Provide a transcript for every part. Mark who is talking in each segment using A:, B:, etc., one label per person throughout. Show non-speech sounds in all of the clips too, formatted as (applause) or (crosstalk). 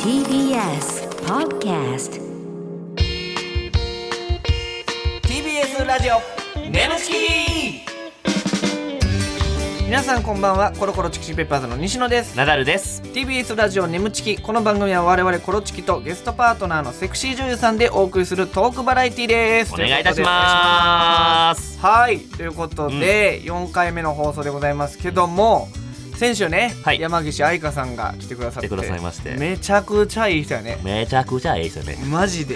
A: TBS Podcast
B: TBS ラジオ
C: ネムチキ
B: 皆さんこんばんはコロコロチキチキペッパーズの西野です
C: ナダルです。
B: TBS ラジオネムチキこの番組は我々コロチキとゲストパートナーのセクシー女優さんでお送りするトークバラエティです
C: お願いいたします。
B: はいということで、4回目の放送でございますけども先週ね、
C: はい
B: 山岸愛香さんが来てくださって
C: 来てくださいまして
B: めちゃくちゃいい人やね
C: めちゃくちゃええ人ね。
B: マジ (laughs) で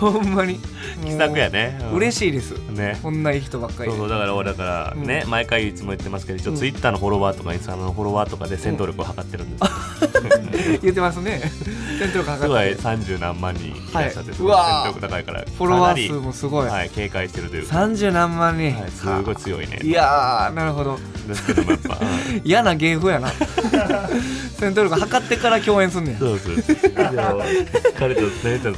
B: ほんまに
C: 気さくやね。
B: もう嬉
C: し
B: しいです
C: い。ね。
B: こんないい人ばっかり
C: そう
B: で
C: そうだから俺だからね、毎回いつも言ってますけど一応ツイッターのフォロワーとかインスタのフォロワーとかで戦闘力を測ってるんです、
B: 言ってますね戦闘力か
C: (laughs) す
B: か
C: ご
B: っ
C: い
B: て
C: 30何万人いらっしゃって、
B: はい
C: すごいう
B: わー
C: 戦闘力高いから
B: フォロワー数
C: かな
B: もすごい、
C: り、はい、警戒してるというか、
B: 30何万人、
C: はい、すごい強いね
B: いやーなるほど
C: ですけどもやっぱ、
B: (laughs)
C: はい
B: 嫌な芸風や
C: (laughs)
B: な戦闘力測ってから共演すんねん
C: そうそうでも彼とね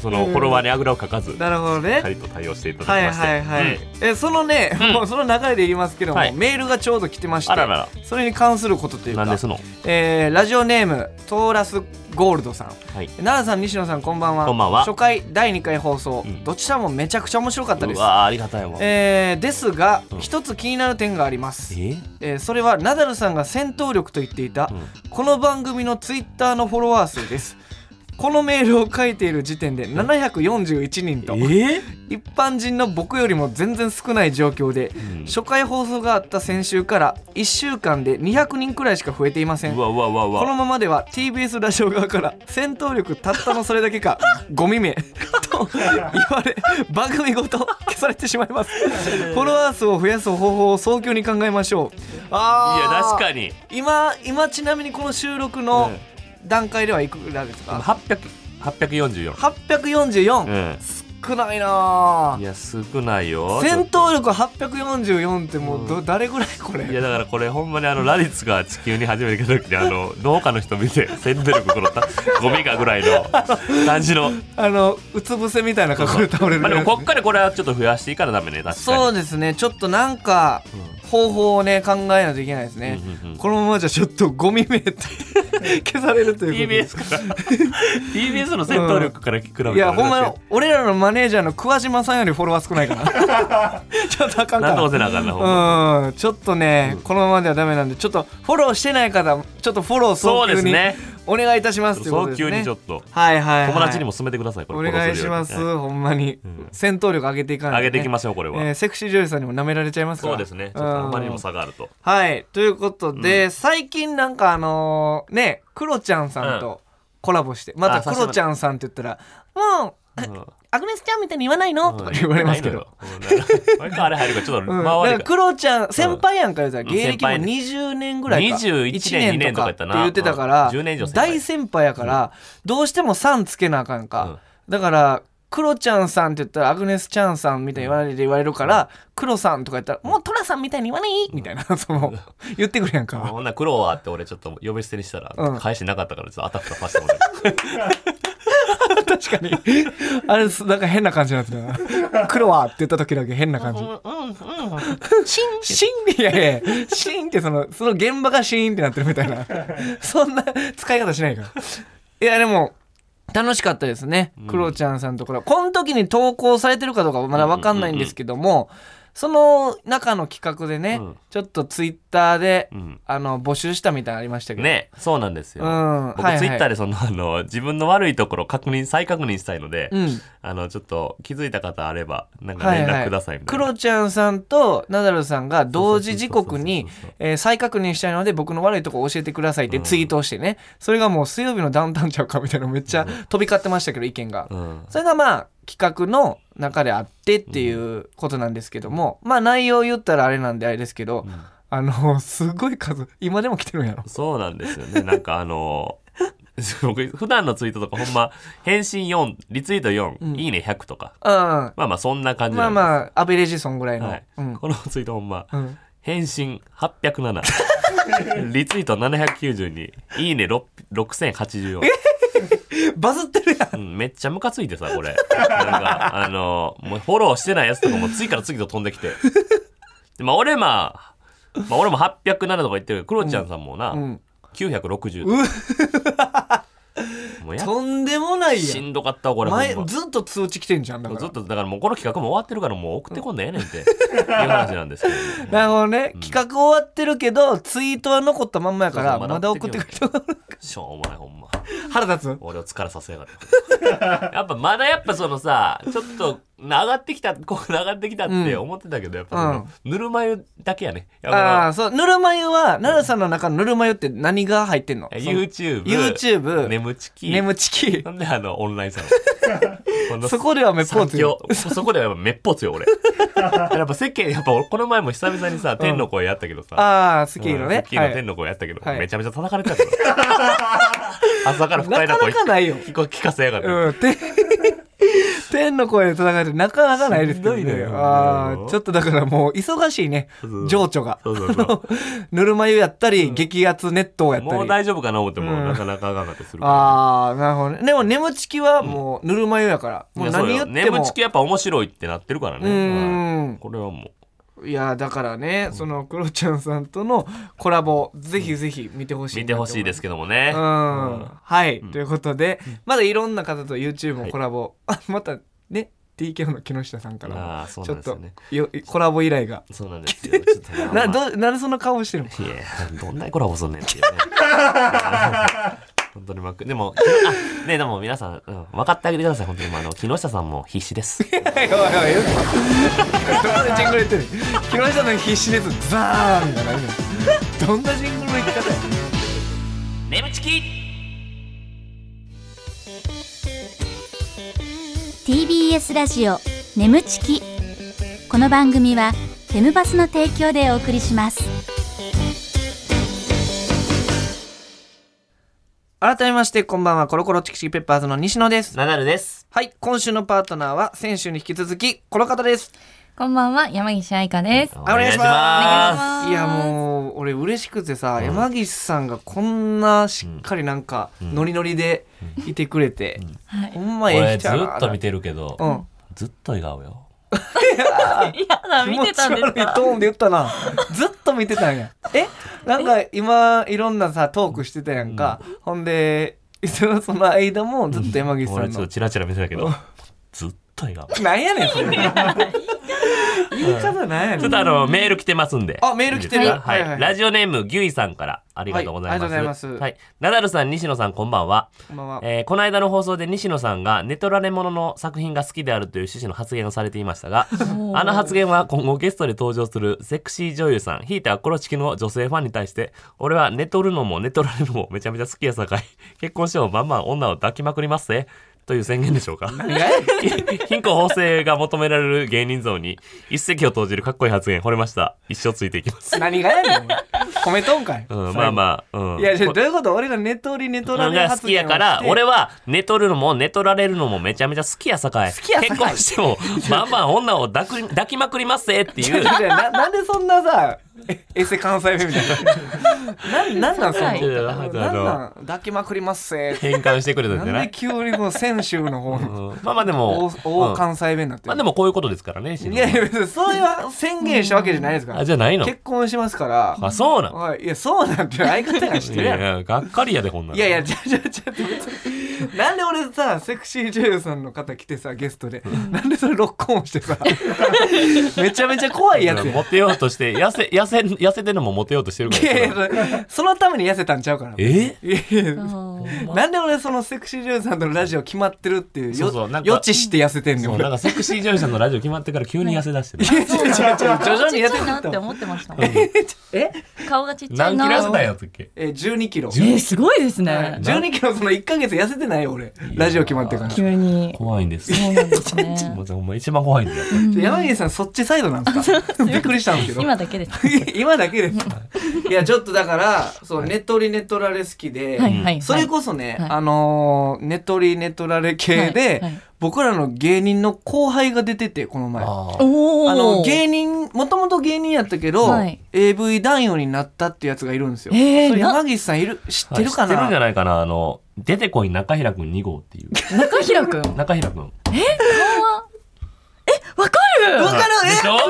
C: そのフォロワーにあぐらをかかず、
B: (laughs) なるほどね
C: 彼と対応していた
B: は
C: だき
B: い
C: まして、
B: はいはい、
C: うん
B: えそのね、もう (laughs) その流れで言いますけども、
C: はい
B: メールがちょうど来てまして
C: あららら
B: それに関することというか
C: なんですの
B: えーラジオネームトーラスゴールドさん
C: はい
B: 奈良さん西野さんこんばんは
C: こんばんは
B: 初回第2回放送、
C: うん
B: どちらもめちゃくちゃ面白かったで
C: う
B: す
C: わーありがたいわ
B: えーですが、
C: うん
B: 一つ気になる点があります
C: え
B: えーそれはナダルさんが戦闘力と言っていた、
C: うん
B: この番組のツイッターのフォロワー数ですこのメールを書いている時点で741人と
C: え
B: 一般人の僕よりも全然少ない状況で
C: うん
B: 初回放送があった先週から1週間で200人くらいしか増えていません
C: うわうわうわうわ
B: このままでは TBS ラジオ側から戦闘力たったのそれだけ
C: (laughs)
B: かゴミ名と言われ番組ごと消されてしまいますフォロワー数を増やす方法を早急に考えましょうあ
C: い
B: ー
C: や確かに
B: 今今ちなみにこの収録の段階ではいくらですか、
C: 800844
B: 844、
C: うん
B: 少ないなあ
C: いや少ないよ
B: 戦闘力844ってもうど、
C: う
B: 誰ぐらいこれ
C: いやだからこれほんまにあのラリツが地球に初めて来た時にあの農家の人見て戦闘力このた (laughs) ゴミかぐらいの感じの
B: あのうつ伏せみたいな格好で倒れる
C: まあでも
B: やつ
C: こっからこれはちょっと増やしていいからダメね確かに
B: そうですねちょっとなんか方法をね考えないといけないですね、
C: うんうんうん
B: このままじゃちょっとゴミ名って消されるということで
C: TBS から (laughs) TBS の戦闘力から比べたら (laughs)
B: いやほんま
C: 確
B: に
C: か
B: 俺らのマネージャーの桑島さんよりフォロワー少ないから
C: (laughs)
B: ちょっとあかん
C: に
B: か
C: な
B: ら
C: んとかせなあかんなほんま
B: うんちょっとね、このままではダメなんでちょっとフォローしてない方ちょっとフォロー
C: そ
B: 早
C: うで
B: 急
C: す
B: に
C: ね
B: お願いいたしますということ
C: 早
B: ですね
C: 急にちょっと
B: はいはい、はい、
C: 友達にも勧めてくださいこ
B: お
C: れ
B: 願いします、
C: 殺せるように
B: ほんまに、
C: ん
B: 戦闘力上げていかない
C: 上
B: とね、
C: げていきましょうこれは
B: えーセクシー女優さんにも舐められちゃいますから
C: そうですね。ちょ
B: う
C: っとあ
B: ん
C: まりにも差があると。
B: はいということで、最近なんかあのーねクロちゃんさんとコラボして、ま
C: あ
B: た
C: さ
B: ク
C: せても
B: ロちゃんさんって言ったら「もうアグネスちゃんみたいに言わないの?」とか
C: うん
B: 言われますけど。
C: うんないのようんなんかあれ入るからちょっと
B: うん、だか
C: 回
B: ら
C: り
B: クロちゃん先輩やんか言うたら
C: うん
B: 芸歴も
C: 先輩ね
B: 20年ぐ
C: が
B: らいか
C: 21年2年とかやった
B: っ
C: な。
B: て言ってたから
C: うん10年以上先輩
B: 大先輩やからどうしても「さん」つけなあかんかだからクロちゃんさんって言ったらアグネスちゃんさんみたいに言われて言われるからクロさんとか言ったらもうトラさんみたいに言わないみたいなその言ってくるやん
C: うん
B: か
C: ほんなら黒はって俺ちょっと呼び捨てにした
B: う
C: ら
B: ん
C: 返しなかったからちょっとアタフタパしてもらう
B: 確かにあれすなんか変な感じになってたなクロはって言った時だけ変な感じ (laughs) シンシンいやいやシンってそのその現場がシーンってなってるみた (laughs) いなそんな使い方しないからいやでも楽しかったですねクロちゃんさんのところこの時に投稿されてるかどうかはまだ分かんないんですけども、その中の企画でね、
C: うん
B: ちょっとツイッターで、
C: うん
B: あの募集したみたいなのありましたけど
C: ね、そうなんです
B: うん、
C: よ。僕ツイッター
B: で
C: でそのあの自分の悪いところを確認再確認したいので
B: うん、
C: あのちょっと気づいた方あればなんか連絡くださいみた
B: ク
C: いな
B: ロちゃんさんとナダルさんが同時時刻に
C: そうそうそうそうそう
B: えー再確認したいので僕の悪いとこ教えてくださいって
C: うん
B: ツイートをしてね、それがもう水曜日のダウンタウンちゃうかみたいなのめっちゃ飛び交ってましたけど意見が、
C: うん
B: それがまあ企画の中であってっていうことなんですけども、まあ内容言ったらあれなんであれですけど、
C: ん
B: あのすごい数今でも来てるんやろ
C: そうなんですよね。なんかあの (laughs) 僕普段のツイートとかほんま返信4リツイート4、
B: うん
C: いいね100とか
B: うん
C: まあまあそんな感じ
B: まあ
C: なんです、
B: まあアベレージソンぐらいの、
C: はい
B: うん
C: このツイートほんま、
B: うん
C: 返信807
B: (laughs)
C: リツイート792いいね6 6084、
B: バズってるやん
C: うん、めっちゃムカついてさこれなんかあのもうフォローしてないやつとかも次から次と飛んできてでまあ俺まあ、まあ、俺も807とか言ってるけどクロちゃんさんもな、
B: うん
C: 960
B: うない
C: し
B: やん
C: んどかったこれ、
B: 前
C: ほんま
B: ずっと通知来てんじゃんだか
C: ずっ
B: ら
C: とだからもうこの企画も終わってるからもう送ってこんでええねんっていう話
B: (laughs)
C: なんですけども
B: なるほどね、企画終わってるけどツイートは残ったまんまやから
C: そうそう
B: まだ送ってくれた
C: しょうもないほんま (laughs)
B: 腹立つ
C: 俺を疲れさせやがってやっぱまだやっぱそのさちょっとな上がってきたこう上がってきたって思ってたけど、やっぱそのぬるま湯だけやねやっ
B: あ
C: ぱ
B: あそうぬるま湯は奈良さんの中のぬるま湯って何が入ってんの
C: その YouTube,
B: YouTube
C: 眠ちき
B: 眠ち
C: (laughs)
B: き
C: なんであのオンラインサロ
B: (laughs)
C: ンの
B: そこではめっぽうつよ
C: 三強そそこではやっぱめっぽ
B: (laughs)
C: う強い俺やっぱ世間やっぱ俺この前も久々にさ天の声やったけどさ、
B: ああ好きの
C: うん
B: ね
C: スッキリの
B: は
C: 天
B: い
C: の声やったけど、
B: はい
C: めちゃめちゃ叩かれて
B: (laughs)
C: たよ朝から深い
B: なか
C: な声
B: なかないよ
C: 聞こ聞かせやがって、
B: うんて (laughs) 天の声で戦ってなかなかないですけど
C: しんどい
B: ね
C: ね
B: ああちょっとだからもう忙しいね
C: そう
B: 情緒が
C: そうそうそう
B: ぬるま湯やったり、激アツ熱湯やったり。
C: もう大丈夫かな思っても、
B: うん
C: なかなかあかんかったりするから
B: ああ、なるほどね。でも、眠ちきはもう、ぬるま湯やから。
C: い
B: もう
C: やそう
B: 何言
C: よ
B: っても。
C: 眠ちきやっぱ面白いってなってるからね
B: う
C: は
B: ー
C: いこれはも
B: ん。いや、だからね、その、クロちゃんさんとのコラボ、ぜひぜひ見てほし
C: う
B: いなと
C: 見て
B: 思
C: ほしいです
B: け
C: けどもね、
B: うん。はい。ということで、まだいろんな方と YouTube もコラボ、あまたね、TKO の木下さんから
C: あ
B: も
C: ーそう
B: ち
C: な
B: ょっ
C: んですよ
B: と
C: ね
B: よコラボ依頼が。
C: そうなんですよちょっと
B: (laughs)
C: ね
B: な、ど、なんでそんな顔してるの
C: いや (laughs) どんなコラボすんねんって
B: (laughs)
C: いうね本当にまくでもあねでも皆さん、うん、分かってあげてください本当にもうあの木下さんも必死です
B: おいおいおいどこでジングルやってる木下の必死ですザーンがないのどんなジングルの言い方や
C: 眠ちき
A: TBS ラジオ眠ちきこの番組はテムバスの提供でお送りします
B: 改めましてこんばんはコロコロチキチキペッパーズの西野です
C: ナダルです
B: はい今週のパートナーは先週に引き続きこの方です
D: こんばんは、山岸愛香です。
C: お
B: 願いします
C: 願いし
B: いやもう俺嬉しくてさ、山岸さんがこんなしっかりなんかノリノリでいてくれて、
D: はい
B: ほんまえ
C: 俺
B: え人
C: ず
B: やな
C: っと見てるけど、
B: うん
C: ずっと笑顔よ
D: いやだ、見てたんで
B: 気持
D: す
B: ち悪い
D: か
B: トーンで言ったな。ずっと見てたんや。えなんか今、いろんなさ、トークしてたやんか。ほんで、そのその間もずっと山岸さ
C: 俺
B: ん
C: ちょっ
B: の
C: と。チラチラ見てたけどずっと笑顔ち
B: なんやねん、それ。言い方なんやね
C: ょっ
B: ん。
C: とあのメール来てますんで
B: あメール来てる
C: いいです
B: は
C: かはいい、
B: はいはい
C: ラジオネームギュイさんからありがとうござい
B: は
C: ます、
B: いありがとうございます
C: はいナダルさん西野さんこんばんは
B: こんばんは
C: えーこの間の放送で西野さんが「寝取られ者の作品が好きである」という趣旨の発言をされていましたがあの発言は今後ゲストで登場するセクシー女優さんひいてはコロチキの女性ファンに対して「俺は寝取るのも寝取られるのもめちゃめちゃ好きやさかい結婚してもバンバン女を抱きまくりますぜ」という宣言でしょうか
B: 何やねん
C: (laughs) 貧困法制が求められる芸人像に一石を投じるかっこいい発言惚れました一生ついていきます、
B: 何がやねん。お前褒めとんかい。
C: うん、まあまあ、うん、
B: いや、じゃあどういうこと俺が寝取り寝取られ
C: が好きやから俺
B: は。
C: は寝とるのも寝取られるのもめちゃめちゃ好きやさかい
B: きやさかい
C: 結婚してもバンバン女を抱く (laughs) 抱きまくりますぜって
B: いや
C: い
B: いうやななんでそんなさ、えエセ関西弁みたいな。な、なんなんその。
D: はい
B: なんなん抱きまくりますせーって
C: 変換してくれたんじゃ
B: な
C: な
B: で
C: んい、
B: 急にこの先週の方
C: う
B: の
C: んまあまあでも
B: 大、大
C: うん
B: 関西弁になって
C: まあ
B: る
C: でもこういうことですから
B: い
C: ね
B: やい
C: 新
B: や別にそういう宣言したわけじゃないですか
C: 郎あじゃないの
B: 結婚しますから
C: あそうなん
B: はいいやそうなんて相方がして
C: い
B: るや
C: やい
B: ん
C: やがっかりやでこんなの
B: いやいやちょちょちょっと別になんで俺さセクシー女優さんの方来てさゲストでなんでそれロックオンしてさ
C: (laughs)
B: めちゃめちゃ怖いやつや
C: モテようとして痩せ痩せ痩せてるのもモテようとしてるか
B: い
C: ら
B: やいやそのために痩せたんちゃうから
C: え
B: いやいや
D: そう
B: なんで俺そのセクシー女優さんとのラジオ決まってるっていうよ
C: そうそうなんか
B: 予知して痩せてんねん
C: そう
B: 俺
C: なんかセクシー女優さんのラジオ決まってから急に痩せ出してる
B: いや違う違う (laughs) 違う徐々に
D: ちっ
B: 痩
D: ちゃいな
B: せ
D: っ
B: て
D: て
B: った
D: 思ってました。
B: え
D: 顔がちっちゃい
C: 何キ
D: な。
C: ロ痩せたんやつっけ
B: え12キロ
D: えー、すごいですね。
B: 12キロその1ヶ月痩せてないよ俺ラジオ決まってから
D: 急に。 (laughs)
C: 怖いんです
D: そうなんです
C: も
D: ね。
C: うほんま一番怖いんだよ
B: 山岸さんそっちサイドなんですかびっくりしたんですけど
D: 今だけです。
B: (laughs) 今だけですかいやちょっとだからそう寝取り寝取られ好きで
D: はいはいはい
B: それこそね
D: はい
B: あのー寝取り寝取られ系で
D: はいはい
B: 僕らの芸人の後輩が出ててこの前
C: あー
D: おお。
B: あの芸人もともと芸人やったけど、
D: はい
B: AV 男優になったってやつがいるんですよ。
D: えー
B: それ
D: な
B: 山岸さんいる知っ
C: はい
B: てるか
C: 知ってるんじゃ
B: な、
C: ないかなあの出てこい中平くん2号っていう
D: 中平くん。顔
C: 中平くん
D: は。え、わかる。
B: わ
D: わ
B: か
D: か
B: る
C: でし
B: え
C: ょ
D: りま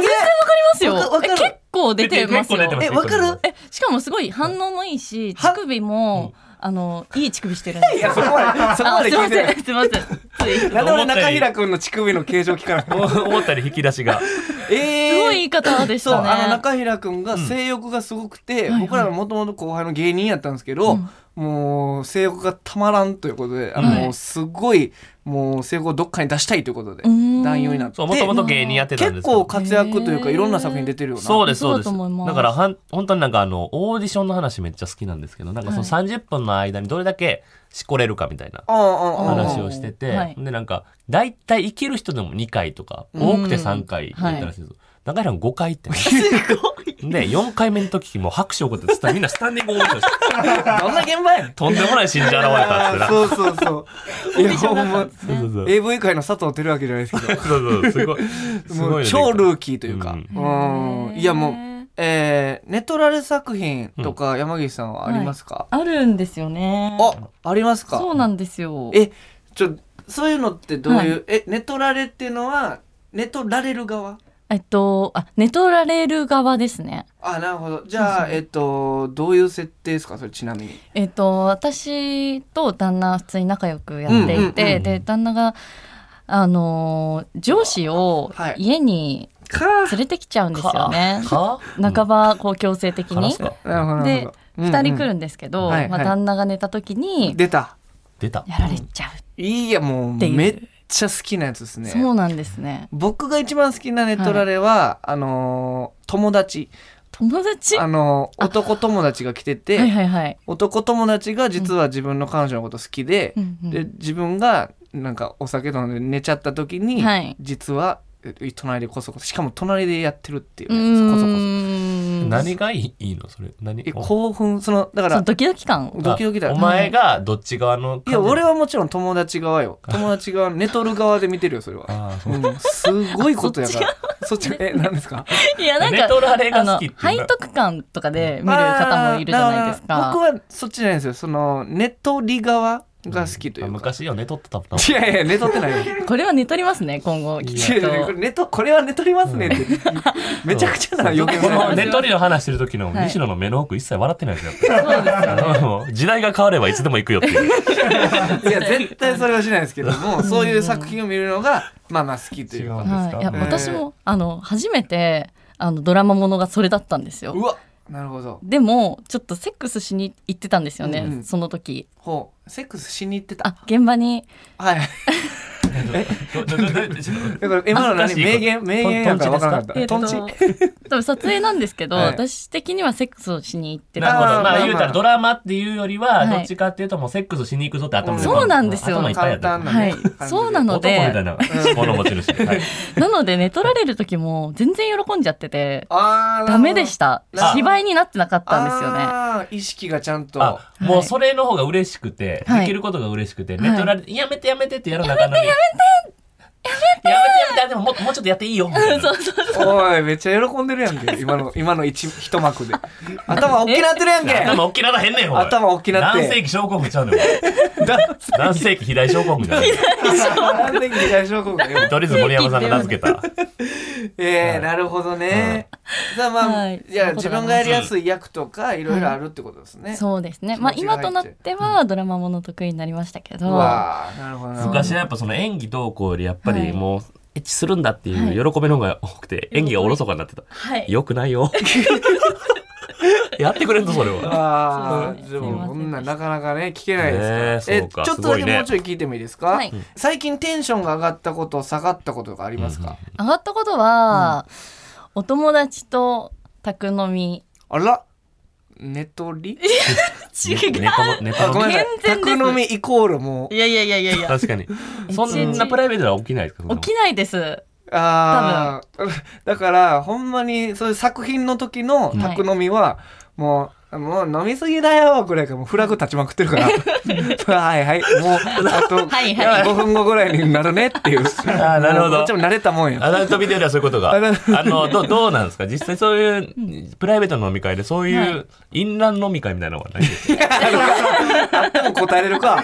D: すよ
B: わか。る
D: え結構出てま
C: 結
D: す
C: 構出て
D: よ
C: ま。す
B: えわかる
D: え、しかもすごい反応もいいし、
B: は
D: 乳首も。あのいい乳首してるんです
B: いや、そこまで、そこ
D: あ
B: まです
D: い
B: 聞
D: ま
B: いてな
D: せ
B: い
D: ん。すいませんつい
B: なんで俺中平くんの乳首の形状聞かないの
C: 思ったより引き出しが。
B: (laughs) え
D: すごい言い方でし
B: そう、
D: たね
B: あの中平くんが性欲がすごくて、僕らのもともと後輩の芸人やったんですけど、もう性欲がたまらんということで、あの
D: はい
B: もうすごいもう性欲をどっかに出したいということで
D: うーん
B: 男優になって
C: そう、もともと芸人やってたんで
B: 結
C: すけど
B: 構活躍というか
D: へー
B: いろんな作品出てるよな
C: そうです、そうで
D: そうだと思います
C: す。だからはん、本当になんかあの、オーディションの話めっちゃ好きなんですけど、なんかその30分の間にどれだけしこれるかみたいな
B: あああああ
C: 話
B: あ
C: をして
D: おーはい
C: て、で、なんか、大体いける人でも2回とか、多くて3回行ったらしいです。中井さん5回って。すごい。で、4回目の時もう拍手起こって、つったらみんなスタンディングオベーションして、
B: どんな現場やねん
C: とんでもない信者現れたっつって
B: あ
C: な
B: ー。そうそう (laughs) そういやほんま
C: そうそうそう
B: AV 界の佐藤輝明じゃないですけ
C: (laughs)
B: ど
C: そうそう、すごい。す
B: も
C: ご
B: う
C: い。
B: 超ル
C: ー。
B: ーキーというか、
C: う
B: うん、いやもう、えー、ネトラレ作品とか山岸さんはありますか、
D: あるんですよね
B: あありますか
D: そうなんですよ
B: えちょそういうのってどういう、
D: は
B: えネトラレっていうのはネトられる側
D: えっとあ寝取られる側ですね
B: あなるほどじゃあえっとどういう設定ですかそれちなみに
D: えっと私と旦那は普通に仲良くやっていて、
B: うんうんうん
D: で旦那があのー上司を
B: はい
D: 家に
B: か
D: 連れてきちゃうんですよね、
C: か
D: 半ばこう強制的
C: 話
D: に
C: すか
B: なるほどなる
D: で
B: ほど、
D: 2人来
B: る、
D: るんですけど、
B: はい
D: まあ、
B: はい
D: 旦那が寝た時に
B: 出た
C: 出た。
D: やられちゃう、
B: いいやもう
D: ていう
B: めっちゃ好きなやつですね
D: そうなんですね
B: 僕が一番好きなネトラレは、あのー友達
D: 友達
B: あ
D: は
B: のー男友達が来てて、
D: いはいはい、
B: 男友達が実は自分の彼女のこと好きで
D: う、んうん
B: で自分がなんかお酒飲んで寝ちゃった時に、
D: はい
B: 実はえ隣でこそこそしかも隣でやってるっていう
D: う
B: ねこそこそ
D: ーん
C: 何がいいのそれ。何
B: え興奮そのだか
D: その
B: ら
D: ドキドキ感
B: ドキドキだよ
C: お前がどっち側の
B: いや俺
C: は
B: はもちろん友達側
C: (laughs)
B: よ友達側寝とる側で見てるよそれは。
C: ああそう
B: うん、すごいことやからそっちえ何ですか
D: いやなん
C: 寝
D: か
C: 取られ
D: あ
C: が
D: の
C: 好きっていう
D: 背
C: な
D: 徳感とかで見る方もいるじゃないです
B: あーだか
D: か
B: ら僕はそっちじゃないんですよその寝とり側が好きとい
C: あ
B: うか、
C: 昔よね取ってたもん
B: (laughs) いやいや寝とってないよ
D: これは寝取りますね今後き
B: いや
D: っ
B: いやこれ
D: と
B: 寝とこれは寝取りますねって、めちゃくちゃな余計
C: この
B: な
C: ネトリの話してる時の
D: はい
C: 西野の目の奥一切笑ってないですよ。もう時代が変わればいつでも行くよっていう。
B: いや絶対それはしないですけどもそういう作品を見るのがまあまあ好きという
C: 違う
B: か
C: ん
D: はいいや
B: ね
D: 私もあの初めてあのドラマものがそれだったんです
B: う
D: よ
B: わなるほど
D: でもちょっとセックスしに行ってたんですよね、
B: うん
D: その時
B: ほうセックスしに行ってた
D: あ現場に
B: はい
C: どどどどど
B: だから今の何
C: 恥ずかしい
B: 名言名言やから分からなかった
D: えっと
B: トンチ
D: 多分撮影なんですけど、
B: はい
D: 私的にはセックスをしに行って
C: な
D: た
C: るほど。
B: あー
C: ま
B: まあ
C: あ言うたらドラマっていうよりは
D: はい
C: どっちかっていうともうセックスしに行くぞって頭
B: うん
D: そうなんですよ
C: 頭いっぱいや
B: 簡
C: った。
B: 単
C: 男
B: な、
D: は
B: ね
D: い、そうなの
C: みたい
D: で
C: な思考の持ち主。はい
D: なので寝取られる時も全然喜んじゃってて
B: あー
D: ダメでした
B: な
D: 芝居になってなかったんですよね
B: あー意識がちゃんと
C: あ、もうそれの方が嬉しくて、
D: はい
C: できることが嬉しくて、
D: は
C: 寝
D: い
C: 取られて、やめてやめてってやらなあかんのに。やめてやめてやめてやめてでももうもうちょっとやっていいよ。みたいな
B: おいめっちゃ喜んでるやんけ今の今の一一幕で頭大きなってるやんけ
C: 頭大きならへんねん、おい
B: 頭大きなって
C: 何世紀症候群ちゃうねん、おい
B: だ
C: 何世紀肥大症候群じゃない。
B: なんで議題証拠がよ
C: 見取り図森山さんが名付けた。
B: ええ
C: はい
B: なるほどね。じゃあまあ、
D: はい
B: い、や
D: そういうこ
B: 自
D: とな
B: 分
D: んです
B: がやりやすい役とかいろいろあるってことですね。
D: そうですねまあ
B: 気持ちが入
D: 今
B: って
D: となってはドラマもの得意になりましたけ
B: う
D: ど
B: わあなるほどなるほど。
C: 昔はやっぱその演技動向よりやっぱ
D: は
C: り
D: い
C: もう、エッチするんだっていう喜びの方が多くて、演技がおろそかになってた。
D: はい
C: よくないよ。やってくれんと、それは。
B: あ
D: そう
B: あ
D: です
B: です
D: ねいません
B: もこんなんなかなかね聞けないですから。
C: ねえそうか
B: ちょっとだ
C: すごい
B: け
C: ね
B: もうちょい聞いてもいいですか。
D: はい
B: 最近テンションが上がったこと下がったことがありますか。
D: 上がったことは、お友達と宅飲み
B: あら寝取り？
D: 違う
C: ネタも、ネ
B: あ
C: タ
B: ご
C: も
B: めん。なさい。
D: 健全です
B: 宅飲みイコールもう
D: いやいやいやいやいや
C: 確かに。そんなプライベートでは起きないですかそんなもん
D: 起きないです
B: ああ、 (laughs) だから、ほんまに、そういう作品の時の宅飲みは、もう、もう飲みすぎだよぐらいからもうフラグ立ちまくって
D: (laughs)
B: るから。はいはい。もう、あと、
D: はいはい
B: 5分後ぐらいになるねっていう。
C: ああ、なるほ
B: も
C: ど
B: う。ちょっと慣れたもんや。
C: アダルトビデオではそういうことが。
B: アダ
C: あ
B: ルト
C: の、どどうなんですか実際そういう、プライベートの飲み会で、そうい
D: は
C: う、淫乱飲み会みたいなのはないですか
B: あっても答えれるか。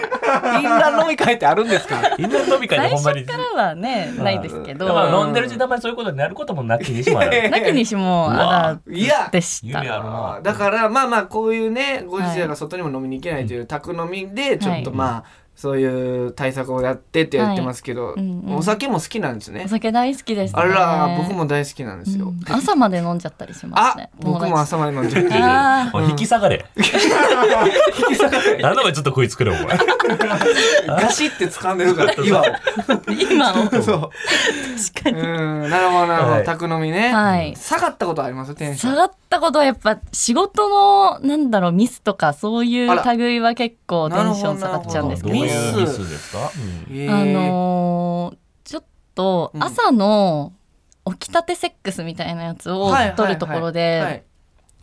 B: インラン飲み会ってあるんですか
C: 淫乱飲み会で
D: 最
C: ほんま
D: 初
C: に。
D: からはねないですけど、
C: まあ、飲んでるうちにあんまりそういうことになることもなきにしもあらず
D: なきにしもあら
B: いや
D: ずでし
C: 夢
D: た
C: あるな。
B: だから、まあままあこういうねご時世が外にも飲みに行けないという宅飲みでちょっと
D: はい
B: まあそういう対策をやってって言ってますけど、
D: うんうん
B: お酒も好きなんですね
D: お。酒大好きですね
B: あら僕も大好きなんですよ。
D: うん朝まで飲んじゃったりします
B: あ
D: ね
B: 僕も朝まで飲んじゃっ
D: 達
B: て
D: とあ
C: おい引き下がれ。なんだお前ちょっと食いつくれお前。
B: ガシって掴んで
D: (laughs)
B: るから岩を。
D: 今を
B: そう。確かに。うんなるほどなるほ
C: は
B: ど
C: い
B: 宅飲みね。
D: はい
B: 下がったことありますテンショ
D: 下
B: ン。
D: がったことはやっぱ仕事のなんだろうミスとかそういう
B: あら
D: 類は結構テンション下がっちゃうんですけ
C: ど
D: ど
C: う
B: なるほ
C: いうミスですか？うん
B: え
D: あ
B: ー
D: のーちょっと
B: うん
D: 朝の起きたてセックスみたいなやつを
B: はいはいはい
D: 取るところ
B: は
D: で
B: い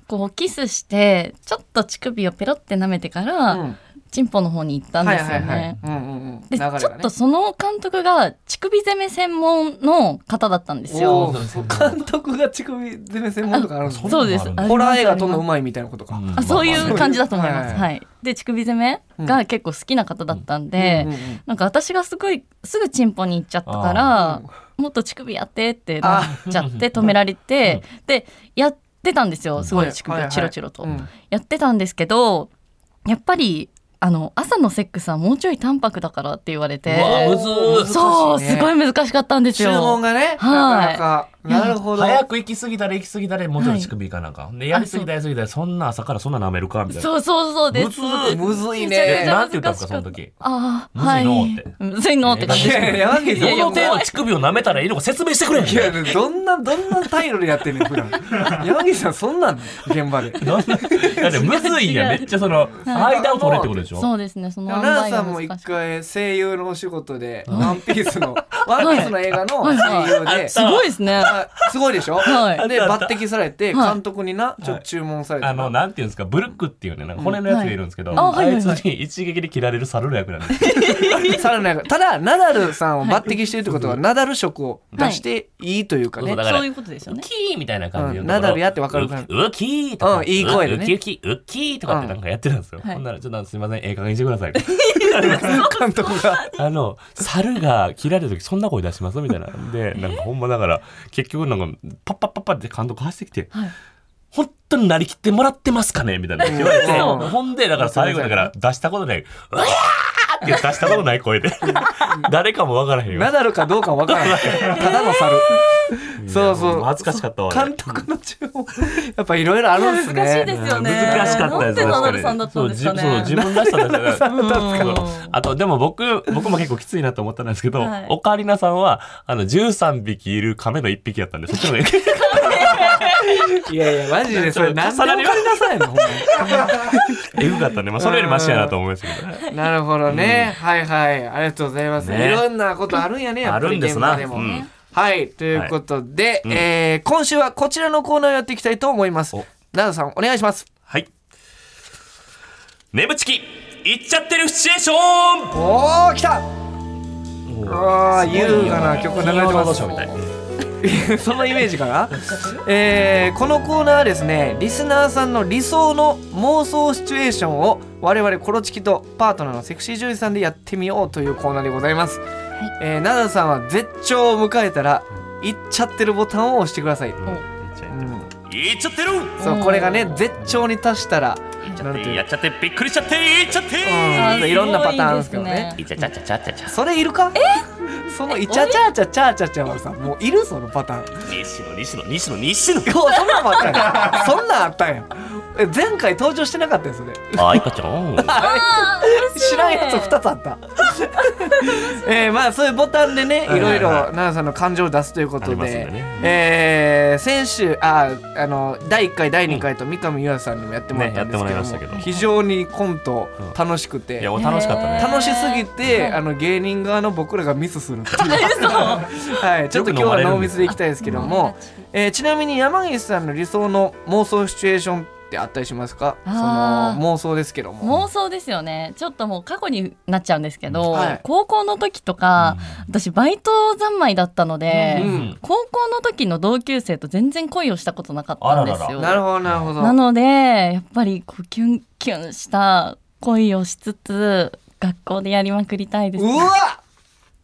D: こうキスしてちょっと乳首をペロって舐めてから、
B: うん
D: チンポの方に行ったんです
B: は
D: よね。
B: いはいはいうんうんうん流れ
D: でち
B: がね
D: ょっとその監督が乳首攻め専門の方だったんですよ。
B: おー監督が乳首攻め専門とかあるんですね
D: そうです
C: そん。
D: あります
B: ホラー映画撮んのうまいみたいなことか。
C: うん
D: あそういう感じだと思いま
B: はい
D: す。
B: はい
D: はい。で乳首攻めが結構好きな方だったんで、
B: うんうんうん
D: なんか私がすごいすぐチンポに行っちゃったから、もっと乳首やってってなっちゃって止められて、でやってたんですよ。すごい乳首
B: はいはいは
D: を
B: い
D: チロチロと、
B: うん
D: やってたんですけど、やっぱりあの朝のセックスはもうちょい淡白だからって言われて、
C: うわむずー
D: そ
B: 難
D: う、
B: し
D: すごい難しかったんです
B: 注
D: よ。
B: 文がね、な
D: はい
B: かなかなるほど。
C: 早く行き過ぎたら行き過ぎたらもうちょい乳首いかなんかん。でやりすぎたやりすぎたらそんな朝からそんな舐めるかみたいな。
D: そうそうそうです。
C: むずい
B: むずい
C: え
D: めち
B: ね。
D: ゃ
C: なんて言ったんですかその時。
D: ああ、
C: むず
D: はいい
C: のーって。
D: むずいのーって感じ
B: い
D: でし
B: やい
D: た。
B: やわけ
C: ど
B: じ
D: や
B: ゃ
D: い
C: の
D: や
C: 程度乳首を舐めたらいいのか説明してくれ
B: いやどんなどんな態度でやってんねん (laughs) 普段。山岸さんそんなん現場で。
C: なんだだってむずいやんめっちゃその間を取れってことでしょ
D: そうですね、その
B: 奈良さんも
D: 塩梅が難
B: 一
D: しい
B: 回声優のお仕事で「ワンピースの「ワンピースの映画の
D: はい
B: 声優
C: はいあ
B: で
C: った
D: すごいですね。
B: あすごいでしょ、
D: はい
B: で
C: あったあっ
B: 抜
C: た
B: 擢されて
D: はい
B: 監督になちょっと注文されて、
C: あの、なんていうんですか、ブルックっていうね、なんか骨のやつがいるんですけど、
D: うんはいあはい
C: あ
D: はい
C: い
D: はい
C: つに一撃で切られるサルの役なんですよ。
B: さらなるただナダルさんを抜擢してるってことは、ナダル色を出していいというかね、
C: そうだから
D: そういうことですよ
C: ウ
D: ね。
C: キーみたいな感じ
B: う
C: の
B: ん
C: ところ。
B: ナダルやってわかるから
C: ウウキーとか。
B: うんいい声でね
C: ウウキウキ、ウキーとかってなんかやってたんですよ。
D: うんはい
C: ほんなら、ちょっとすみません、ええ加減にしてください。
B: 監督が
C: あの、猿が切られる時そんな声出しますみた
B: (laughs)
C: いな。で、なんかほんまだから、結局なんか、パッパッパッパって監督走ってきて、
D: はい
C: 本当になりきってもらってますかねみたいな言われて、
B: うん
C: ほんで、だから最後だ
B: (laughs)
C: から出したことない、うわーって出したことな
B: (laughs)
C: い声で、誰かもわからへんよ。
B: ナダルかどうかわからないただの猿そうそう
C: いや恥ずかしかったわ。
B: 監督の注文やっぱいろいろあるんですね
D: 難しいですよね。
C: 難しかったです
D: なんでナダルさんだったんですかね。
C: そうじそう自分らしさだった
D: んだったんですか
C: そうあとでも僕僕も結構きついなと思ったんですけど、
D: はい
C: オカリナさんはあの13匹いる亀の1匹やったんでそっちの方が
B: いやいやマジで
C: (laughs)
B: それ何でもかりなさいのほんまに
C: えぐかったんで、まあ、それよりマシやなと思いましたけどね。
B: (laughs) なるほどね、はいはいありがとうございます、
C: ね
B: いろんなことあるんやねやっぱり
C: あるんですな
B: 現場も
C: うん
B: はいということで、えー今週はこちらのコーナーをやっていきたいと思います
C: お
B: ナダさんお願いします
C: はい。ねぶちき、いっちゃってるシチュエーショ
B: おー来た
C: ン
B: ああ優雅な曲流れてます
C: 金曜ロードショーみたい。
B: (laughs) そのイメージかな、えーこのコーナーはですねリスナーさんの理想の妄想シチュエーションを我々コロチキとパートナーのセクシー女優さんでやってみようというコーナーでございます、えーナダルさんは絶頂を迎えたら「いっちゃってる」ボタンを押してください、う
C: うん
B: ん
C: いっちゃってる
B: そうこれがね絶頂に達したらなんていう
C: やっちゃってびっくりしちゃっていっちゃって
B: うんそういろんなパターンですけどね
D: すごい
C: いちゃちゃちゃちゃちゃちゃ
B: それいるかその「いちゃちゃちゃちゃちゃちゃ」はさもういるそのパターン
C: 西野西野西野西
B: (laughs)
C: 野
B: そうそんなんもあったん
C: (laughs)
B: やそんなんあったんやえ前回登場してなかったよそれ
C: あいかちゃん
B: 知らんやつ2つあ
C: (laughs)
B: ったえーまあそういうボタンでねい
C: はい
B: ろ
C: はいい
B: ろ
C: はい
B: 奈々さんの感情を出すということ
C: あ
B: で
C: りますんでね
B: えー先週ああの第1回第2回と三上優愛さんにもやってもらったんですけど,、
C: ねやってもらいましたけども
B: 非常にコント楽しくて、
C: いやお楽しかったね
B: 楽しすぎて、あの芸人側の僕らがミスするっていう (laughs) はい、ちょっと今日は濃密でいきたいですけども、えーちなみに山岸さんの理想の妄想シチュエーションってあったりしますかそ
D: あー
B: の妄想ですけども
D: 妄想ですよねちょっともう過去になっちゃうんですけど、
B: はい
D: 高校の時とか、私バイト三昧だったので、
B: うん
D: 高校の時の同級生と全然恋をしたことなかったんですよ
C: あららら
B: なるほどなるほど
D: なのでやっぱりこうキュンキュンした恋をしつつ学校でやりまくりたいです
B: うわ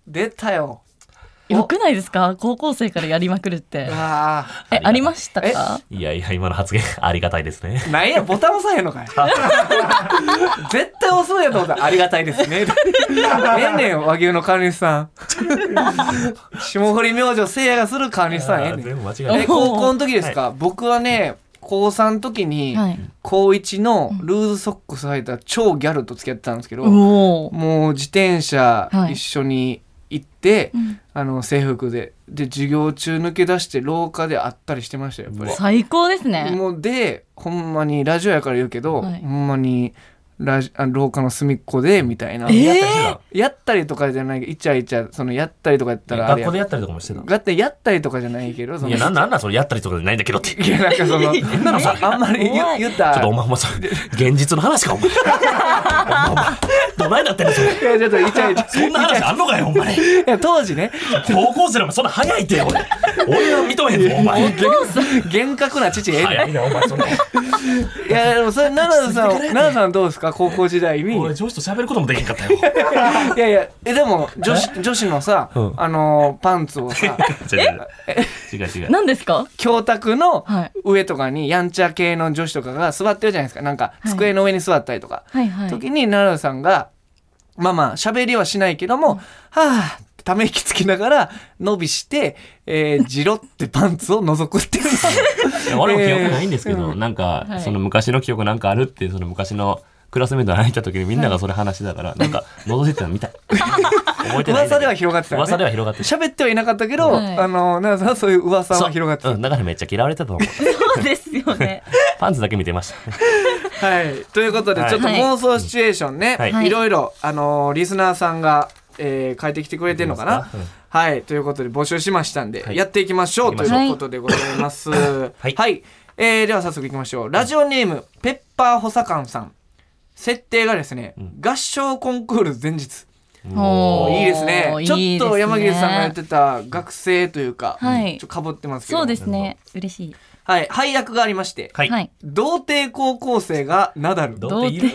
B: 出たよ
D: よくないですか高校生からやりまくるって
B: あ
D: えありましたか
C: いやいや、今の発言、ありがたいですね。
B: あ。なんや、ボタン押さへんのかい。 (laughs) 絶対押そうやと思ったらありがたいですね。え (laughs) えねん、和牛の管理師さん。霜降り明星聖夜がする管理師さん、ええねん。
C: 全部間違え
D: ない
B: え高校の時ですか、僕はね高3の時に、
D: はい
B: 高1のルーズソックス履いた超ギャルと付き合ってたんですけど、
D: おお
B: もう自転車
D: はい
B: 一緒に行って、あの制服でで授業中抜け出して廊下で会ったりしてましたよやっぱり
D: 最高ですね
B: もうでほんまにラジオやから言うけど、
D: はい
B: ほんまにラジあ廊下の隅っこでみたいな、
D: え
C: たりしてた
B: やったりとかじゃないけどイチャイチャそのやったりとかやったらあれ
C: 学
B: や
C: 校でやったりとかもしてた。
B: だってやったりとかじゃないけどその
C: いや、なんなんなんそれやったりとかじゃないんだけどって。ち
B: (laughs) い
C: ょ
B: やなんかそのあんまり言
D: 怖い
B: 言った
C: っとお前お前それ、現実の話か、お前。お前お前、どないなってんのそれ。
B: いやちょっとイチャイチャ
C: そんな話あんのかよ、お前。
B: いや当時
C: (laughs)
B: ね
C: 高校生でもそんな早いって、俺。俺は認めへんぞ、お前。
B: 厳格な父ええね
C: 早いな、お前、そんな。
B: いやでもそれ奈
C: (laughs)
B: 良さん奈良さんどうですか高校時代に
C: 俺、
B: い
C: 上司と喋ることもできんかったよ。
B: やいやえでも女子女子のさ
C: うん
B: あのーパンツを
C: (laughs)
B: さ
C: 違う違う違う。
D: 何ですか
B: 教卓の
D: はい
B: 上とかにやんちゃ系の女子とかが座ってるじゃないですかなんか
D: い
B: 机の上に座ったりとか、
D: はいはい
B: 時に奈良さんがまあまあ喋りはしないけども、はあため息つきながら伸びして、えー、じろってパンツを覗く
C: (laughs)
B: っていうの
C: いや俺も記憶ないんですけど、
B: えー
C: なんか、
D: はい
C: その昔の記憶なんかあるってその昔のクラスメートが泣いた時にみんながそれ話してたから、なんか覗いてたの見た覚えてないん
B: 噂
C: だけど
B: では広がってたよね
C: 噂では広がってた
B: 喋ってはいなかったけど、
D: はい
B: あの奈良さんはそういう噂
C: そ
B: は
C: う
B: 広がってた
C: うん、だからめっちゃ嫌われてたと思
B: (laughs)
C: う
D: そうですよね
C: パンツだけ見てました
B: はい、ということで、
C: はい
B: ちょっと妄想シチュエーションね、
C: はい
B: い、ろいろ、あのーリスナーさんが、えー、書いてきてくれてるのか
C: い
B: な
C: きますか
B: はい、ということで募集しましたんで、
C: はい
B: やっていきましょう
C: いき
B: と
C: ま
B: い
C: し
D: ょう
B: うことでございます。はいえーでは早速いきましょう。ラジオネーム、ペッパー補佐官さん。設定がですね、合唱コンクール前日。
D: おー
B: いいですね。
D: いい
B: ち
D: です
B: ょ
D: ね
B: っと山岸さんがやってた学生というか、
D: はい
B: ちょっとかぶってますけど。
D: そうですね嬉しい
B: はい、配役がありまして、
C: はい、
D: はい
B: 童貞高校生がナダル。
C: どうって言う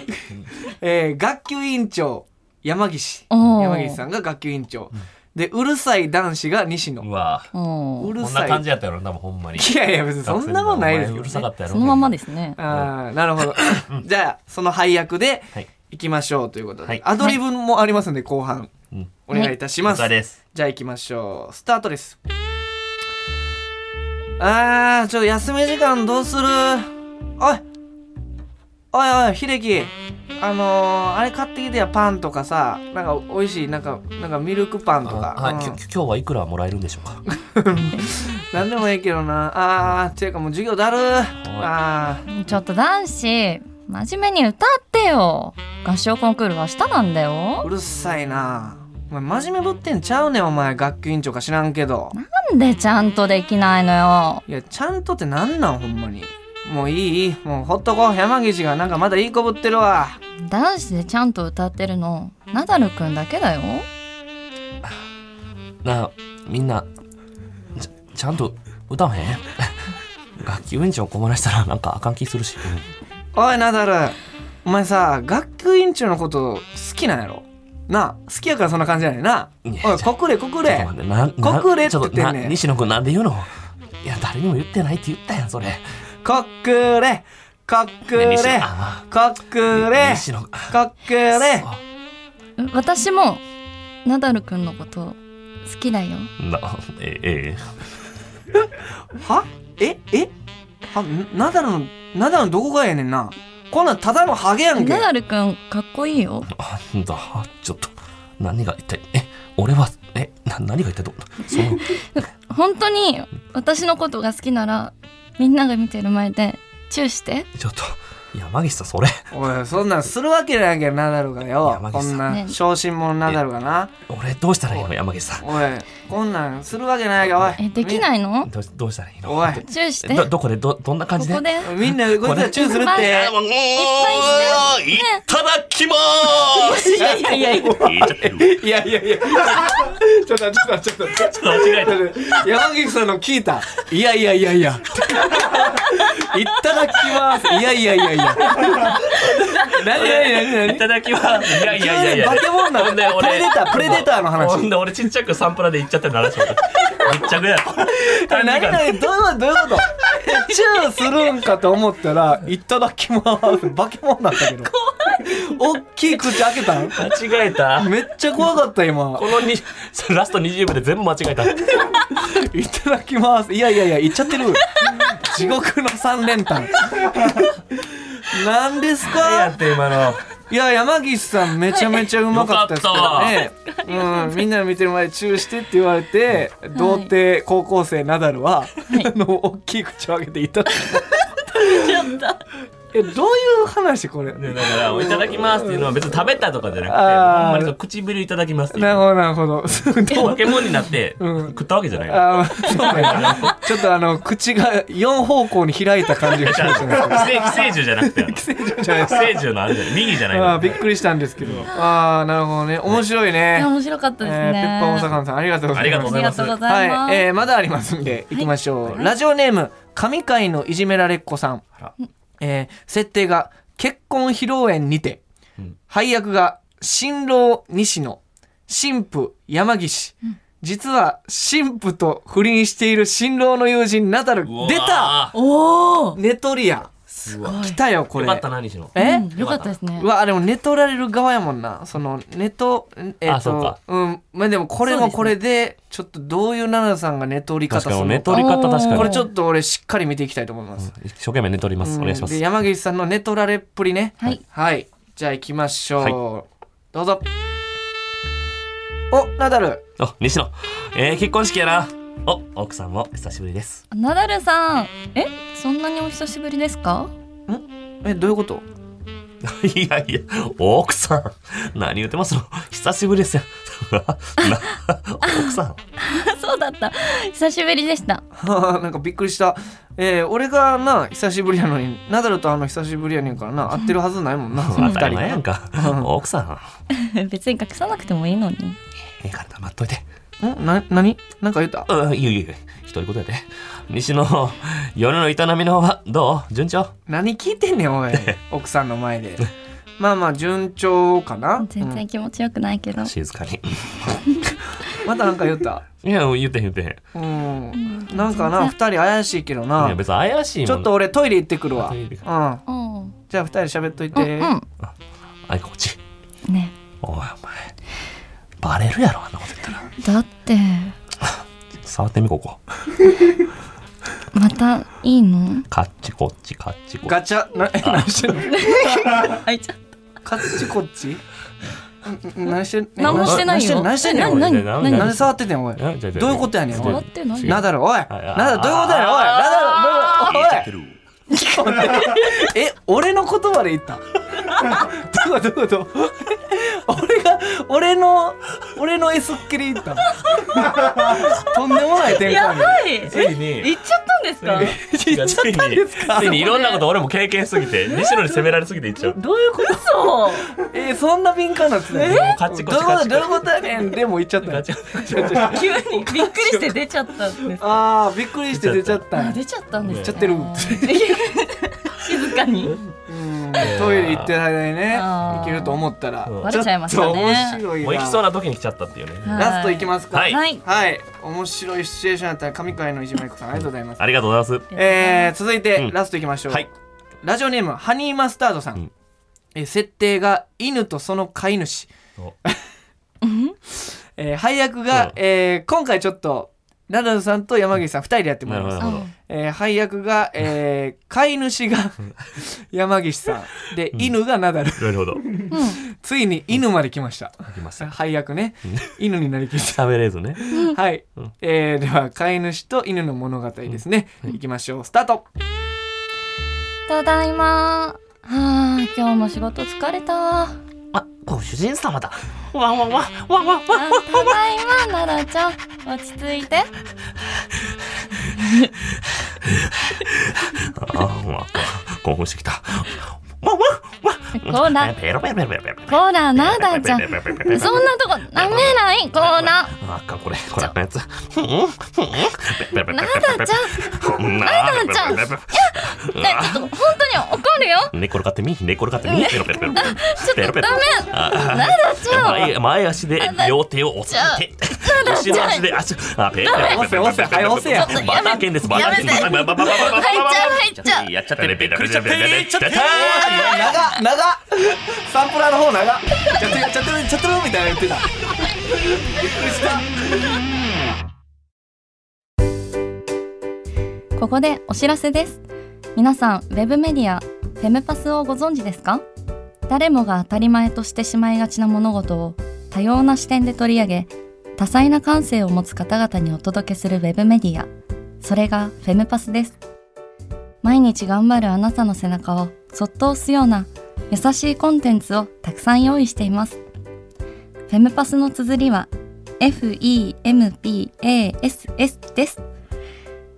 B: えー学級委員長山岸
D: おー
B: 山岸さんが学級委員長、でうるさい男子が西
C: う
B: 野
C: わ
D: おお
B: う
D: ー
B: る
C: こん
B: さ
C: な感
B: い
C: じやったよな多分ほんまに
B: いやいや別にそんなことないです
C: お前う
B: よ、
C: るさかったやろ
D: そのまんまですね
B: ああなるほどじゃあその配役で
C: はい
B: いきましょうということで、
C: はい
B: アドリブもありますんで後半
C: うん
B: お願いいたし
C: お
B: ます、
C: 疲れです
B: じゃあ行きましょうスタートですあーちょっと休み時間どうするおいおいおい秀樹あのー、あれ買ってきてやパンとかさなんか美味しいなんかなんかミルクパンとか
C: あはい、
B: うん
C: きき今日はいくらもらえるんでしょうか
B: なんでもいいけどなあーていうかもう授業だるあー
D: ちょっと男子真面目に歌ってよ合唱コンクールは明日なんだよ
B: うるさいなお前真面目ぶってんちゃうねんお前学級委員長か知らんけど
D: なんでちゃんとできないのよ
B: いやちゃんとってなんなんほんまにもういいいいもうほっとこう山岸がなんかまだいいこぶってるわ
D: 男子でちゃんと歌ってるのナダルくんだけだよ
C: なあみんなちちゃんと歌わへん楽器ウェンチを困らしたらなんかあかん気するし、うん
B: おいナダルお前さ学級委員長のこと好きなんやろなあ好きやからそんな感じやねんない
C: や
B: おい国れ国
C: ちょっと
B: れ
C: 待ってなな
B: 国礼って
C: ちょ
B: 言
C: っ
B: っ
C: と
B: てんねん
C: な西野君なんで言うのいや誰にも言ってないって言ったやんそれ
B: 国れ国
C: ね
B: れ
C: 西野あ
B: 国
C: まあ
B: れ
C: 西野
B: 国れ
D: 私もナダルくんのこと好きだよ
C: なええ
B: はええはんナダルのナダルのどこがやねんなこんなんただのハゲやんけ
D: ナダルくんかっこいいよ
C: あなんだちょっと何が一体え俺はえな何が一体どうその
D: 本当に私のことが好きならみんなが見てる前でチューして
C: ちょっと山岸さんそれ
B: おいそんなんするわけないやんけナダルがよ
C: 山
B: こ
C: 岸さん
B: んな小心者ナダルがな
C: 俺どうしたらいいの山岸さん
B: おいこんなんするわけないやんけおい
D: えできないの
C: どうどうしたらいいの
B: おい
D: チューして
C: ど
D: こ
C: どこでどどんな感じで
D: こで
B: みんなこいつらチューするっ
D: こ
B: て
D: れ
C: もうい
D: ぱい
C: ただきまーす
D: いやいやいやいや
C: 言っちゃってる
B: いやいやいや。ちょっとちょっとちょっと。
C: ちょっと間違えた
B: 山岸さんの聞いた。いやいやいやいや。いただきます。いやいやいやいや。何何何
C: いただきます。いやいやいやいや。
B: バケモンな
C: ほんで
B: の。プ
C: 俺
B: レデター、プレデターの
C: ほん
B: 話。
C: で俺ちっちゃくサンプラで行っちゃってるの話めっちゃくやろ。
B: 何何どういうことどういうことチューするんかと思ったら、いただきます。バケモンだったけど。大きい口開けたん
C: 間違えた。
B: めっちゃ怖かった今。
C: このにラスト20秒で全部間違えた。
B: いただきます。いやいやいや、言っちゃって
C: (laughs)
B: る。地獄の三連単。何ですか
C: て今の。
B: いや、山岸さんめちゃめちゃうまかったですからね。うん、みんなの見てる前でチューしてって言われて、童貞高校生ナダルは、あの、大きい口を開けていただきます。え、どういう話これ。
C: ねだから、いただきますっていうのは別に食べたとかじゃなくて、
B: あー
C: ほんまにそう唇いただきますっていう
B: なるほど、なるほ (laughs) ど。ど
C: ポ
B: う
C: ケモンになって、
B: うん
C: 食ったわけじゃないから。
B: あそうね。ちょっとあの、口が四方向に開いた感じがしましたね。
C: 寄生寄生獣じゃなくて、あの寄
B: (laughs) じゃあ
C: 生獣のあるじゃない、右じゃないの
B: あーびっくりしたんですけど。ああ、なるほどね。面白い
D: い
B: ね
D: や。面白かった
B: え
D: です
B: ー
D: ね。
B: ペッパー大阪さん、ありがとうございます。
C: ありがとうご
D: ありがとうございます。
B: はい、えーまだありますんで、行きましょう。ラジオネーム、神回のいじめられっ子さん
C: ら。
B: えー設定が、結婚披露宴にて
C: うん、
B: 配役が、新郎西野、新婦山岸、実は新婦と不倫している新郎の友人ナダル、
C: うわー
B: 出た
D: おお。
B: ネトリア。
C: すごい。
B: 来たよ、こ
C: よ
B: れ
C: か。ったな、西野。
B: え、
D: うんよかったですね
B: う。わでも寝取られる側やもんなその寝とえっ
C: あそう
B: と
C: か
B: うんまあでもこれもこれでちょっとどういう奈々さんが寝取り方す
C: 確
B: る
C: か
B: の
C: に、
B: か
C: 寝取り方確か
D: おー
C: に。
B: これちょっと俺しっかり見ていきたいと思います、
C: 一生懸命寝取ります。お願いしま
B: うん
C: す
B: で。山岸さんの寝取られっぷりね
D: はい
B: じゃあ行きましょう、どうぞおナダル
C: あ、西野。えー、結婚式やな。お、奥さんも久しぶりです。 (laughs)
D: ナダルさん、え、そんなにお久しぶりですか？
B: えどういうこと (laughs)
C: いやいや、奥さん。何言ってますの久しぶりですよ。 (laughs) な奥さ
B: (laughs)
C: ん。
D: (laughs) そうだった。久しぶりでした。
B: はあなんかびっくりしたえー俺がな久しぶりやのにナダルとあの久しぶりやねんからな会ってるはずないもんなその
C: (laughs)
B: 二
C: 当たり
B: 人
C: 前やんか。奥さん。
D: (laughs) 別に隠さなくてもいいのに。
C: ええから黙っといて。
B: んな何なんか言った
C: うん、いやいやいや、独り言やで。西野、夜の営みの方はどう順調
B: 何聞いてんねん
C: (laughs)
B: おい奥さんの前でまあまあ順調かな
D: 全
B: うん
D: 然気持ちよくないけど。
C: 静かに。
B: またなんか言った
C: いや、言ってへん言ってへん。
B: うんなんかな2人怪しいけど
C: いや
B: な
C: 別に怪しいもん。
B: ちょっと俺トイレ行ってくるわ
C: ト
B: う
C: イ
B: ん
C: レ
B: じ
C: か
B: ゃあ
D: うん。
B: 2人喋っというて
D: ん。
C: あいこっち。
D: ね。
C: おい、お前。バレるやろ、あんなこと言ったら。
D: だって
C: 触ってみ、ここ。
D: またいいの？
C: カッチこっち、カッチこっち。
B: ガチャ (laughs) な何してんの
D: あいちゃっ
B: カッチこっちんん何してん
D: た。何もしてないよ。
B: 何してんねん
D: え
B: 何してんねん
D: 何
B: おい
C: 俺何
D: 何
B: 何
D: 何？
B: で触っててんおい
C: えじゃあじゃあ
B: どういうことやねんお
D: 触
B: い
D: ってない
B: ナ
D: よ。
B: ダルおいナ
C: あ
B: ダルどういうことやねんおいナダルどういうことおい (laughs) え俺の言葉で言ったどういうことどういうこと俺が俺の俺の S っきり言ったとんでもない展開
D: い。
C: ついに。
D: っちゃったんですか
C: いやついについにいろんなこと俺も経験しすぎて西野に責められすぎていっちゃう
B: どういうこと
D: そう。
B: えそんな敏感なんですね
C: もうカチコチ
B: どういうこと
C: カチコチ
B: どういうことやねんでも言っちゃった
C: ガチャ
D: 急にびっくりして出ちゃったんです。
B: あーびっくりして出ちゃった
D: あ、
B: んや
D: 出ちゃったんです、ね。
B: 出ちゃってる
D: 静かに。
B: うんトイレ行ってる間にね
D: あー
B: 行けると思ったら
C: うん
D: バレちゃいました
B: ちょっ
D: ね
B: と面白いな
C: もう行きそうな時に来ちゃったっていうね
D: はい
B: ラスト行きますか
C: はい
D: はい。
B: はい、面白いシチュエーションだったら神回のいじめっ子さんありがとうございます。
C: ありがとうございます
B: えー、続いて、
C: うん
B: ラストいきましょう、
C: はい
B: ラジオネームハニーマスタードさん、
C: うん
B: えー設定が犬とその飼い主、
C: お
B: (laughs) えー配役が、
C: うん
B: えー今回ちょっとナダルさんと山岸さん2人でやっても
C: な
B: ら
C: る
B: い
C: ほど
B: ます
C: なる、ほど
B: えー配役が、えー飼い主が
C: (laughs)
B: 山岸さんで、
C: ん
B: 犬がナダル
C: なるほど
D: うん。
B: ついに犬まで来ました、
C: 行きます
B: 配役ね犬になりきった
C: 喋れずね (laughs)
B: はい、
C: うん
B: えーでは飼い主と犬の物語ですね、いきましょうスタート
D: ただいま。はあ、今日も仕事疲れた。わあ
C: あご主人様だわわわわわ
D: た
C: わ
D: だいま、奈良ちゃん。落ち着い (laughs) て。
C: あわ興奮してきたわわわ
D: コーナー
C: ペロペロペロペロペロペロ。
D: コーナーなだちゃん
C: ペロペロペロペロペロペロペロ
D: そんなとこ舐めないコーナー
C: あかんこれこれあかんやつ。な
D: なだちゃん
C: ん。な
D: だちゃんねちょっと本当に怒るよ
C: 寝っ転がってみ、寝っ転がってみ、ペロペロペロペロ。
D: ちょっとダメなだちゃん
C: 前前足で両手を押さえて、後ろ足で足、あ、ペロペロペロペロペロペロペロ。バタケンです、バタケンです。バタバタバタバタ
D: 入っちゃう入っちゃう
C: やっちゃってる、びっくりしちゃってる、やっちゃってる。
B: 長長サンプラーの方長ちゃってるちゃってるちゃってるみたいな言ってた
D: ここでお知らせです皆さんウェブメディアフェムパスをご存知ですか誰もが当たり前としてしまいがちな物事を多様な視点で取り上げ多彩な感性を持つ方々にお届けするウェブメディアそれがフェムパスです毎日頑張るあなたの背中をそっと押すような優しいコンテンツをたくさん用意していますフェムパスの綴りは FEMPASS です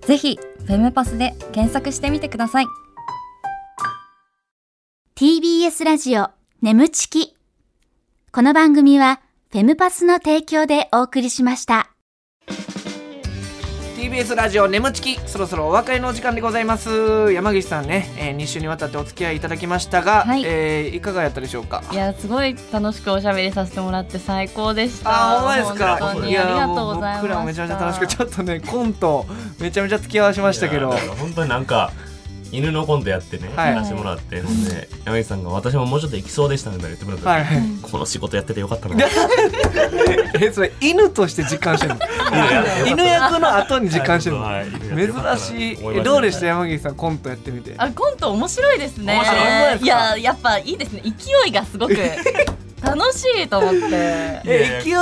D: ぜひフェムパスで検索してみてください
A: TBS ラジオ眠ちきこの番組はフェムパスの提供でお送りしました
B: TBS ラジオ眠ちきそろそろお別れのお時間でございます山岸さんね、えー、2週にわたってお付き合いいただきましたが、
D: はい
B: いえーいかがやったでしょうか
D: いやすごい楽しくおしゃべりさせてもらって最高でした
B: あー、ほんまですか。
D: 本当に
B: いや
D: ありがとうご
B: も
D: ざいました
B: う僕らもめちゃめちゃ楽しく、ちょっとね、コント、めちゃめちゃ付き合わしましたけど。
C: 本当になんか、犬のコントやってね、
B: はい
C: やらせてもらって、ほんで、山口さんが私ももうちょっと行きそうでしたみたいな言ってくれた
B: は
C: ん
B: い
C: で。。この仕事やっててよかったな。
B: え、それ、犬として実感してるの犬役の後に実感してるの
C: はい
B: 珍しい。えどうでした山岸さん、コントやってみて。
D: あコント面白いですね
B: 面白い
D: いややっぱいいですね勢いがすごく
B: (laughs)
D: 楽しいと思って
B: え、勢い、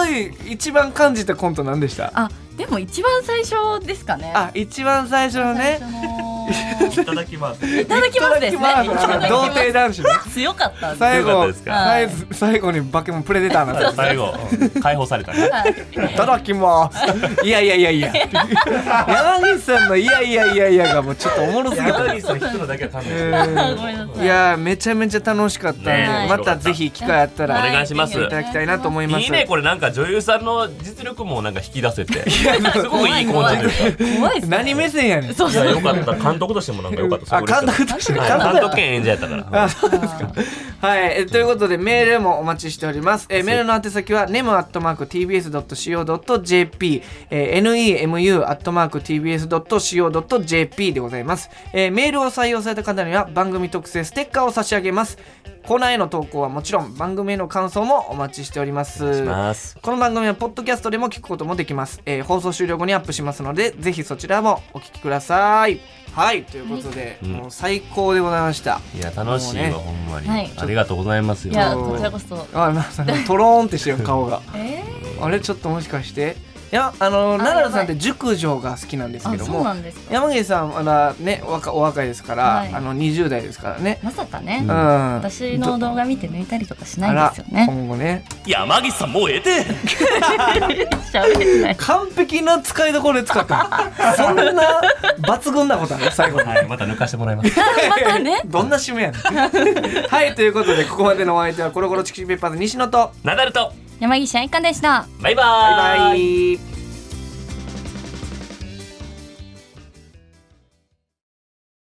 B: 一番感じたコント何でした
D: あでも一番最初ですかね
B: あ、一番最初のね
D: 最。の
C: いただきます。
D: いただきますですね
B: いただきます童貞男子
C: (laughs)
B: ね。
D: 強かったんで
B: 最
C: よかっ
B: 後
C: たですか
B: 最後最後にバケモンプレデターなんです
C: 最後、解放されたね。
B: いただきます。いやいやいやいや。
C: (laughs)
B: 山岸さんのいやいやいやいやがもうちょっとおもろすぎた。
C: 山口さん引くのだけは勘弁して。
B: うん
D: ごめんなさ
B: い
D: い
B: やーめちゃめちゃ楽しかったんで、
C: ねえ
B: またぜひ機会あったら、
C: お
D: は
C: 願いします
B: いただきたいなと思います。
C: いいねこれなんか女優さんの実力もなんか引き出せてす
B: やでも
C: ごいいいコンテンツで
D: 怖いですね
B: 何目線やねん。
D: そう
C: い
D: そ
C: や
D: う
C: よかった監督としてもなんかよかった
B: あ監督として
C: はい
B: 監督
C: 監督兼演者やったから
B: あそうですか。はい、えということでメールもお待ちしております。えメールの宛先は nemu@tbs.co.jp、えー nemu@tbs.co.jp でございます、えーメールを採用された方には番組特製ステッカーを差し上げます。コーナーへの投稿はもちろん番組への感想もお待ちしております。
C: ます
B: この番組はポッドキャストでも聞くこともできます、えー放送終了後にアップしますのでぜひそちらもお聞きくださいはいということで、
C: うん
B: もう最高でございました
C: いや楽しいわ
B: もうね
C: ほんまに
D: はい
C: ありがとうございますよ
D: いやこちらこそ
B: あなんかトローンってしてる顔
D: (laughs)
B: が
D: えー
B: あれちょっともしかしていやあの
D: あ
B: 奈良さんっ
D: やば
B: て熟女が好きなんですけ
D: あ
B: ど
D: そう
B: も
D: なんですか
B: 山岸さんまだね若お若いですから、
D: はい
B: あの20代ですからね
D: まさかね、
B: うん
D: 私の動画見て抜いたりとかし
B: あ
D: ない
B: ら
D: んですよね。
B: 今後ね
C: 山岸さんもうええて
D: (laughs) 喋れてない。
B: 完璧な使いどころで使った
D: (laughs)
B: そんな抜群なことある最後に
C: はいまた抜かしてもらいます
D: (laughs) またね。
B: どんな締めやねん
D: (laughs)
B: はいということでここまでのお相手はコロコロチキチキペッパーズ西野と
C: ナダルと
D: 山岸愛香でした。
C: バイバ
B: バイバ
C: ーイ
B: イ